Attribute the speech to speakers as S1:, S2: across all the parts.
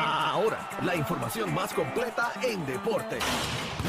S1: Ahora, la información más completa en deporte.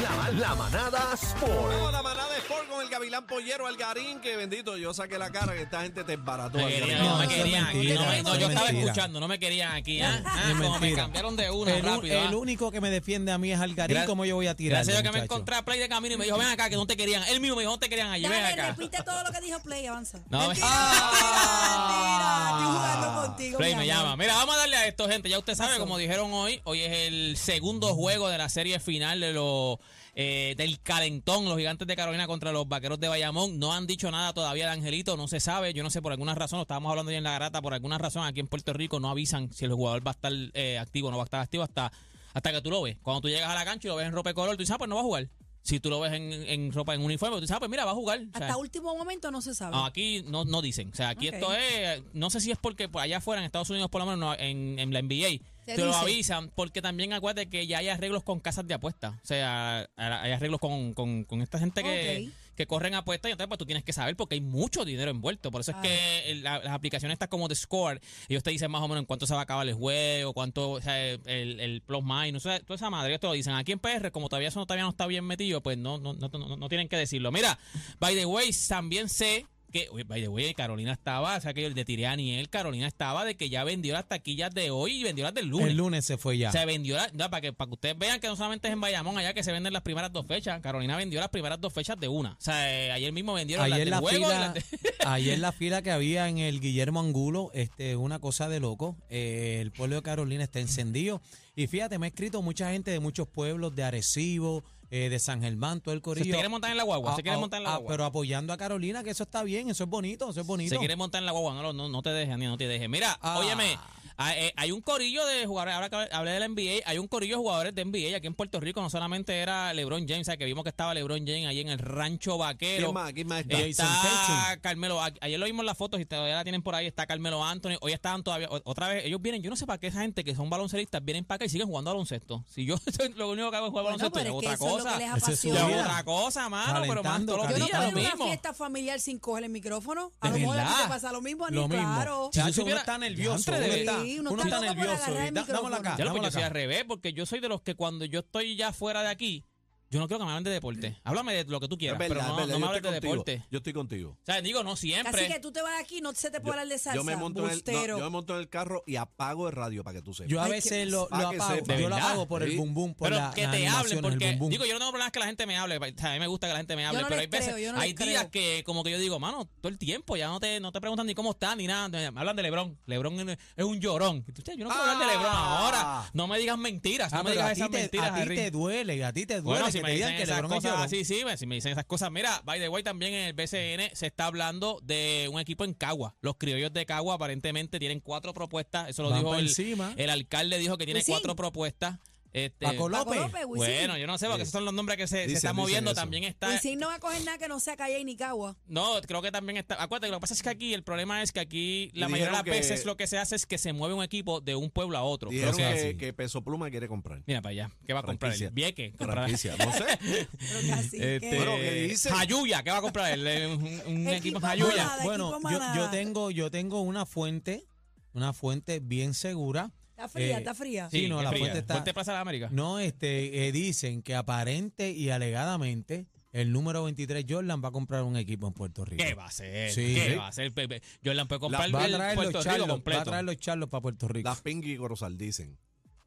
S1: La, la manada Sport.
S2: No, la manada de Sport con el Gavilán Pollero Algarín, que bendito, yo saqué la cara que esta gente te embarató.
S3: Me
S2: Algarín.
S3: querían, no me
S4: eso es
S3: querían aquí.
S4: mentira,
S3: No, me- no,
S4: eso es
S3: yo estaba
S4: mentira.
S3: escuchando, no me querían aquí. ¿ah? Ah,
S4: Es
S3: como me
S4: mentira.
S3: cambiaron de una
S4: el, u-
S3: rápido. ah.
S4: el único que me defiende a mí es Algarín,
S3: Gra-
S4: como yo voy a tirar.
S3: Gracias a Dios que me encontré a Play de camino y me dijo, ven acá, que no te querían. Él mismo me dijo, no te querían allí, ven
S5: Dale,
S3: acá.
S5: repite todo lo que dijo Play, avanza.
S3: No,
S5: mentira,
S3: ah.
S5: mentira, mentira, estoy jugando contigo.
S3: Play
S5: mi
S3: me
S5: amor.
S3: llama. Mira, vamos a darle a esto, gente. Ya usted sabe, como dijeron hoy, hoy es el segundo juego de la serie final de los eh, del calentón, los gigantes de Carolina contra los vaqueros de Bayamón. No han dicho nada todavía de Angelito, no se sabe. Yo no sé, por alguna razón, lo estábamos hablando ya en la garata, por alguna razón aquí en Puerto Rico no avisan si el jugador va a estar eh, activo o no va a estar activo hasta, hasta que tú lo ves. Cuando tú llegas a la cancha y lo ves en ropa de color, tú dices, ah, pues no va a jugar. Si tú lo ves en, en ropa, en uniforme, tú dices, ah, pues mira, va a jugar. O sea,
S5: Hasta último momento no se sabe.
S3: no, aquí no, no dicen. O sea, aquí
S5: Ok.
S3: esto es. No sé si es porque por allá afuera, en Estados Unidos, por lo menos no, en, en la NBA,
S5: Se
S3: te lo
S5: dice.
S3: avisan. Porque también acuérdate que ya hay arreglos con casas de apuestas. O sea, a- hay arreglos con, con- con esta gente que, que corren apuestas. Y entonces, pues tú tienes que saber porque hay mucho dinero envuelto. Por eso es
S5: Ah.
S3: que el- la- las aplicaciones estas como de Score, ellos te dicen más o menos en cuánto se va a acabar el juego, cuánto. O sea, el, el plus minus. o sea, toda esa madre, ellos te lo dicen. Aquí en PR, como todavía eso no- todavía no está bien metido, pues no, no, no, no- no tienen que decirlo. Mira. By the way, también sé que, oye, by the way, Carolina estaba, o sea, que yo le tiré a Aniel, Carolina estaba de que ya vendió las taquillas de hoy y vendió las del lunes.
S4: El lunes se fue ya.
S3: Se vendió la- no, para que para que ustedes vean que no solamente es en Bayamón allá que se venden las primeras dos fechas. Carolina vendió las primeras dos fechas de una. O sea, eh, ayer mismo vendieron
S4: Ayer la,
S3: las del juego y
S4: fila,
S3: las de-
S4: ayer la fila que había en el Guillermo Angulo, este, una cosa de loco. Eh, el pueblo de Carolina está encendido. Y fíjate, me ha escrito mucha gente de muchos pueblos, de Arecibo, eh, de San Germán, todo el
S3: Se
S4: corillo.
S3: quiere montar en la guagua,
S4: Ah,
S3: se quiere
S4: ah,
S3: montar en la
S4: ah,
S3: guagua.
S4: pero apoyando a Carolina, que eso está bien, eso es bonito, eso es bonito.
S3: Se quiere montar en la guagua, no, lo- no, no te dejes, Aniel, no te dejes. Mira,
S4: Ah.
S3: óyeme, hay, eh, hay un corillo de jugadores, ahora que hablé de la NBA, hay un corillo de jugadores de NBA aquí en Puerto Rico, no solamente era LeBron James, o sea, que vimos que estaba LeBron James ahí en el rancho vaquero.
S2: ¿Quién más? ¿Quién más está?
S4: Eh, Jason
S3: Está
S4: Tatum.
S3: "Ah, Carmelo, a- ayer lo vimos en las fotos y todavía la tienen por ahí, está Carmelo Anthony, hoy estaban todavía, o- otra vez, ellos vienen, yo no sé para qué esa gente que son baloncelistas vienen para acá y siguen jugando baloncesto. Si yo lo único que hago es jugar
S5: Bueno,
S3: baloncesto,
S5: pero
S3: yo hago
S5: es que
S3: otra
S5: eso es
S3: cosa.
S5: lo que les
S4: Ese es su
S3: Yo
S5: apasiona.
S3: hago
S4: Mira,
S3: otra cosa, mano, pero más
S4: calentando,
S3: todos los
S5: Yo no
S3: días
S5: puedo
S3: lo
S5: ir a una
S3: mismo.
S5: fiesta familiar sin coger el micrófono. A
S3: ¿De
S5: lo mejor a ti
S3: verdad?
S5: te pasa lo mismo, a mí,
S4: Lo mismo.
S5: claro.
S4: Chacho,
S3: Si
S4: uno
S3: hubiera-
S4: está nervioso,
S3: Diantre, de
S4: uno
S3: verdad.
S4: está,
S5: Sí, uno
S4: uno
S5: está
S4: está
S5: loco por
S4: nervioso.
S5: agarrar
S4: y
S5: el
S4: da- Dámosla
S3: Ya
S4: acá.
S3: lo que
S4: dámosla
S3: yo soy al
S4: acá.
S3: revés, porque yo soy de los que cuando yo estoy ya fuera de aquí, yo no quiero que me hablen de deporte. Háblame de lo que tú
S2: Es
S3: quieras,
S2: verdad,
S3: pero
S2: es
S3: no,
S2: verdad,
S3: no me
S2: yo
S3: hables de
S2: estoy contigo,
S3: deporte.
S2: Yo estoy contigo.
S3: O sea, digo, no
S5: Así que
S3: siempre.
S5: tú te vas de aquí, no se te puede hablar de salsa.
S2: yo me monto en el, no,
S5: bustero.
S2: yo me monto en el carro y apago el radio para que tú sepas.
S4: Yo a
S5: Ay,
S4: veces
S5: qué
S4: lo, lo
S2: pa'
S3: Ah,
S2: que
S4: apago,
S2: sepa.
S4: yo lo
S3: ¿Verdad?
S4: apago por el
S2: Sí.
S4: bum bum, por
S3: Pero
S4: la,
S3: que
S4: las
S3: te hablen,
S4: animaciones, el
S3: porque
S4: bum bum.
S3: digo, yo no tengo problemas que la gente me hable. o sea, A mí me gusta que la gente me hable,
S5: no
S3: pero
S5: les
S3: hay veces,
S5: creo, yo no les
S3: hay días
S5: creo.
S3: que como que yo digo, mano, todo el tiempo ya no te, no te preguntan ni cómo están ni nada. Me hablan de Lebron. Lebron es es un llorón. Y tú, "Che, Yo no quiero hablar de Lebron
S2: Ah.
S3: ahora. No me digas mentiras,
S4: Ah,
S3: no me
S4: pero
S3: digas
S4: a ti
S3: esas
S4: te,
S3: mentiras,
S4: a ti
S3: Henry.
S4: te duele, a ti te duele
S3: Bueno, si
S4: que
S3: me
S4: te digan
S3: dicen
S4: que
S3: esas
S4: LeBron es
S3: cosas
S4: llorón.
S3: así, sí, me- si me dicen esas cosas. Mira, by the way, también en el BCN se está hablando de un equipo en Cagua. Los criollos de Cagua aparentemente tienen cuatro propuestas. Eso lo
S4: Van
S3: dijo
S4: pa'
S3: el,
S4: encima.
S3: el alcalde, dijo que tiene
S5: Wisin.
S3: cuatro propuestas. Este,
S4: Paco
S5: Paco
S4: López.
S5: López, Wisin.
S3: bueno, yo no sé, porque esos son los nombres que se, se
S2: Dicen,
S3: están
S2: dicen
S3: moviendo.
S2: eso.
S3: También está...
S5: Wisin no va a coger nada que no sea Calle y Nicagua.
S3: No, creo que también está. Acuérdate, que lo que pasa es que aquí el problema es que aquí la
S2: Dijeron
S3: mayoría de las
S2: que-
S3: veces lo que se hace es que se mueve un equipo de un pueblo a otro.
S2: Dijeron
S3: Creo
S2: que,
S3: así.
S2: que Peso Pluma quiere comprar.
S3: Mira para allá, ¿qué va a comprar él?
S2: Franquicia.
S3: Vieque, comprar-
S2: Franquicia, no sé.
S5: Pero casi
S3: Este,
S2: Bueno, ¿qué dice?
S3: Jayuya, ¿qué va a comprar él? Eh, Un, un equipo
S5: Equipo
S3: en Jayuya.
S5: Manada. de
S4: Bueno,
S5: equipo
S4: yo,
S5: manada.
S4: yo tengo, yo tengo una fuente, una fuente bien segura.
S5: Está fría,
S4: Eh,
S5: está fría.
S4: sí, no,
S3: qué
S4: la
S3: fría.
S4: fuente está-
S3: Fuente Plaza de América.
S4: No, este, eh, dicen que aparente y alegadamente el número 23 Jordan va a comprar un equipo en Puerto Rico.
S3: ¿Qué va a hacer?
S4: Sí.
S3: ¿Qué va a hacer? Pe- pe- Jordan puede comprar
S4: Va a
S3: el
S4: traer
S3: Puerto Rico
S4: los charlos, va a
S3: completo.
S4: traer los charlos para Puerto Rico.
S2: Las Pinky y Corozal dicen.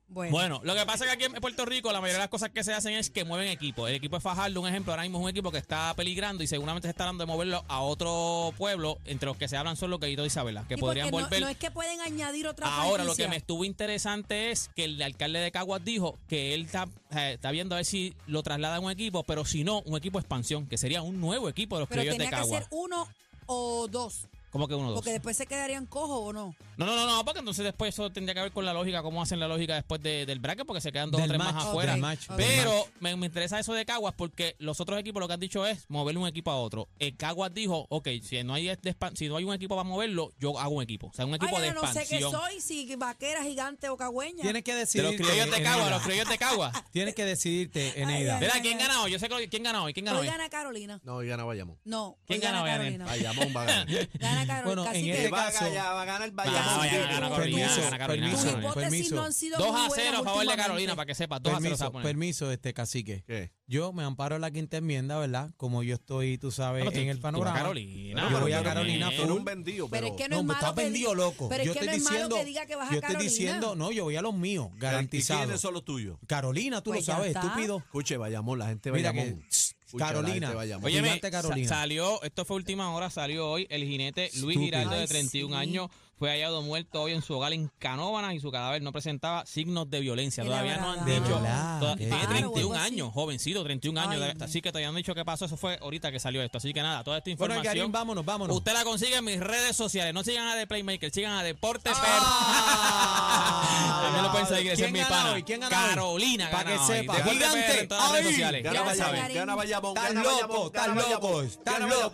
S5: Bueno,
S3: Bueno, lo que pasa es que aquí en Puerto Rico la mayoría de las cosas que se hacen es que mueven equipos. El equipo de Fajardo, un ejemplo, ahora mismo es un equipo que está peligrando y seguramente se está dando de moverlo a otro pueblo. Entre los que se hablan son los Gueyitos y Isabela, que
S5: Sí,
S3: podrían
S5: porque no-
S3: volver.
S5: No, es que pueden añadir otra
S3: Ahora, lo que
S5: franquicia.
S3: me estuvo interesante es que el alcalde de Caguas dijo que él está, eh, está viendo a ver si lo traslada a un equipo, pero si no, un equipo de expansión, que sería un nuevo equipo de los
S5: Pero
S3: criollos de
S5: tenía que
S3: Caguas.
S5: ser uno o dos.
S3: ¿Cómo que uno dos?
S5: Porque después se quedarían cojos o no.
S3: No, no, no, no, porque entonces después eso tendría que ver con la lógica, cómo hacen la lógica después de- del bracket, porque se quedan dos o
S4: Del
S3: tres más
S4: match,
S3: afuera.
S4: del match,
S5: Ok.
S4: del match.
S3: Pero me, me interesa eso de Caguas porque los otros equipos lo que han dicho es moverle un equipo a otro. El Caguas dijo, ok, si no hay, este expan- si no hay un equipo para moverlo, yo hago un equipo. O sea, un equipo
S5: Ay,
S3: de
S5: ahora no sé
S3: expansión.
S5: qué soy, si vaquera, gigante o cagüeña.
S4: Tienes que
S3: de los
S4: decidirte.
S3: criollos de Caguas,
S4: Eneida.
S3: los criollos de Caguas.
S4: Tienes que decidirte, Eneida.
S5: ay,
S3: Mira, ¿quién gana hoy? Yo sé que hoy- quién gana hoy, quién gana
S5: Hoy
S3: hoy.
S5: gana Carolina.
S2: No, hoy gana Bayamón.
S5: No,
S3: ¿Quién
S5: hoy gana
S3: gana hoy,
S5: Carolina.
S2: Bayamón va a ganar.
S5: Gana de Carolina.
S4: Bueno, en
S5: Cacique,
S4: este
S2: va, a
S4: caso-
S2: ganar- va a ganar el
S3: No,
S2: Bayamón.
S3: vaya,
S5: Cacique,
S3: gana
S5: tú-
S3: Carolina,
S4: permiso,
S3: gana Carolina.
S5: Tus
S4: permiso,
S3: gana Carolina.
S5: hipótesis
S4: permiso.
S5: no han sido
S3: 2
S5: muy
S3: a 0 a
S5: buenas
S3: favor de
S5: últimamente.
S3: Carolina, para que sepas. 2 a 0 se va a
S4: Permiso,
S3: poner.
S4: permiso, este cacique.
S2: ¿Qué?
S4: Yo me amparo en la quinta enmienda, ¿verdad? Como yo estoy, tú sabes,
S3: Pero tú-
S4: en
S3: tú
S4: el
S3: vas
S4: panorama.
S3: a Carolina,
S4: yo
S2: pero
S4: voy a
S2: mira,
S4: Carolina
S2: tú eres
S4: full.
S2: un vendido,
S5: Pero
S2: pero...
S5: es que no, es
S4: pues
S5: malo.
S4: estás
S5: que-
S4: vendido, loco.
S5: Pero es
S4: yo
S5: que
S4: estoy
S5: no es
S4: diciendo,
S5: malo que diga que vas a
S4: yo estoy
S5: Carolina.
S4: diciendo, no, yo voy a los míos,
S3: Pues,
S2: ¿Y
S4: garantizado.
S2: quiénes son los tuyos?
S4: Carolina, tú
S5: Pues
S4: lo
S5: ya
S4: sabes,
S5: está.
S4: estúpido.
S2: Escuche, Bayamón, la gente de
S4: Mira
S2: Bayamón.
S4: que tss,
S2: Escucha, la gente
S4: Carolina.
S2: de Bayamón.
S3: Oye,
S4: Óyeme,
S3: me- sa-
S4: Carolina.
S3: salió, esto fue última hora, salió hoy el jinete Luis
S4: Estúpido.
S3: Giraldo de
S5: Ay,
S3: 31
S5: sí.
S3: años, fue hallado muerto hoy en su hogar en Canóvanas y su cadáver no presentaba signos de violencia.
S5: De
S3: Todavía no han
S5: verdad.
S3: dicho.
S5: De
S4: verdad,
S3: toda-
S4: qué
S3: tiene
S4: raro,
S3: 31
S5: algo así.
S3: años, jovencito, 31 años.
S5: Ay,
S3: de- así que todavía no han dicho qué pasó. Eso fue ahorita que salió esto. Así que nada, toda esta
S4: Bueno,
S3: información.
S4: Algarín, vámonos, vámonos.
S3: Usted la consigue en mis redes sociales. No sigan a The Playmaker, sigan a Deporte
S4: Ah.
S3: PR. También lo pueden seguir, ese es
S4: ¿Quién
S3: mi
S4: gana
S3: pana.
S4: hoy? ¿Quién gana hoy?
S3: Carolina,
S4: Pa'
S3: gana
S4: que
S3: hoy.
S4: sepa.
S3: Deporte
S4: Gigante.
S3: PR en todas las redes
S4: Ay.
S3: sociales.
S2: Gana
S5: Gracias,
S2: Bayamón,
S5: Karim.
S2: gana Bayamón,
S4: Estás
S2: gana Bayamón,
S4: loco,
S2: gana
S4: estás
S2: Bayamón,
S4: loco, estás
S2: gana Bayamón.
S4: loco.